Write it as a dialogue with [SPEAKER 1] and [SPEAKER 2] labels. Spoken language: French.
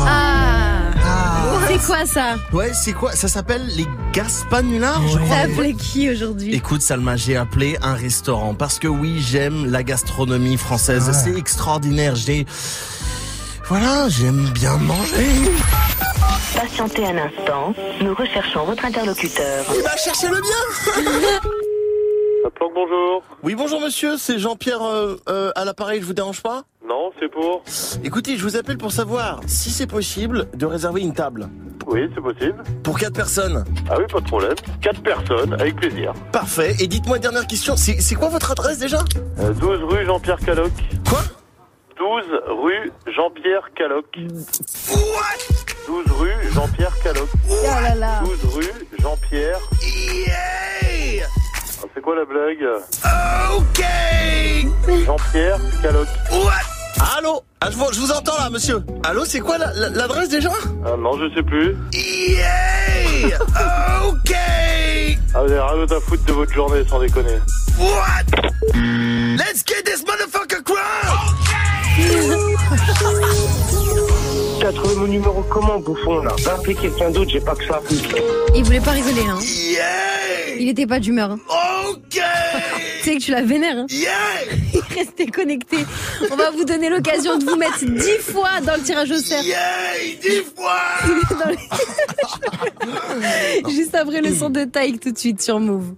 [SPEAKER 1] Ah. quoi ça
[SPEAKER 2] Ouais, c'est quoi Ça s'appelle les gaspanulars, je
[SPEAKER 1] T'as
[SPEAKER 2] crois.
[SPEAKER 1] appelé qui aujourd'hui
[SPEAKER 2] Écoute Salma, j'ai appelé un restaurant parce que oui, j'aime la gastronomie française.
[SPEAKER 3] Ah.
[SPEAKER 2] C'est extraordinaire. J'ai voilà, j'aime bien manger.
[SPEAKER 4] Patientez un instant, nous recherchons votre interlocuteur.
[SPEAKER 2] Il va chercher le bien.
[SPEAKER 5] Euh, Planck, bonjour.
[SPEAKER 2] Oui, bonjour monsieur, c'est Jean-Pierre euh, euh, à l'appareil. Je vous dérange pas
[SPEAKER 5] Non, c'est pour.
[SPEAKER 2] Écoutez, je vous appelle pour savoir si c'est possible de réserver une table
[SPEAKER 5] Oui, c'est possible.
[SPEAKER 2] pour quatre personnes.
[SPEAKER 5] Ah oui, pas de problème. Quatre personnes, avec plaisir.
[SPEAKER 2] Parfait. Et dites-moi dernière question. C'est c'est quoi votre adresse déjà
[SPEAKER 5] Euh, 12 rue Jean-Pierre Caloc.
[SPEAKER 2] Quoi
[SPEAKER 5] 12 rue Jean-Pierre Caloc. 12 rue Jean-Pierre Caloc.
[SPEAKER 1] Oh là là
[SPEAKER 5] 12 rue Jean-Pierre.
[SPEAKER 2] Yeah
[SPEAKER 5] Ah, C'est quoi la blague
[SPEAKER 2] Ok.
[SPEAKER 5] Jean-Pierre Caloc.
[SPEAKER 2] What Allô ah, je, vous, je vous entends là, monsieur. Allô, c'est quoi la- la- l'adresse déjà
[SPEAKER 5] Ah non, je sais plus.
[SPEAKER 2] Yeah Ok
[SPEAKER 5] Ah, vous avez rien d'autre à foutre de votre journée, sans déconner.
[SPEAKER 2] What Let's get this motherfucker crowd
[SPEAKER 6] T'as trouvé mon numéro comment, bouffon, là Va appeler quelqu'un d'autre, j'ai pas que ça.
[SPEAKER 1] Il voulait pas rigoler hein.
[SPEAKER 2] Yeah
[SPEAKER 1] Il était pas d'humeur. hein.
[SPEAKER 2] Ok
[SPEAKER 1] Tu sais que tu la vénères. hein.
[SPEAKER 2] Yeah
[SPEAKER 1] Restez connectés. On va vous donner l'occasion de vous mettre 10 fois dans le tirage au cerf.
[SPEAKER 2] Yeah Dix fois
[SPEAKER 1] Dans le- Juste après le son de Taïk tout de suite sur Move.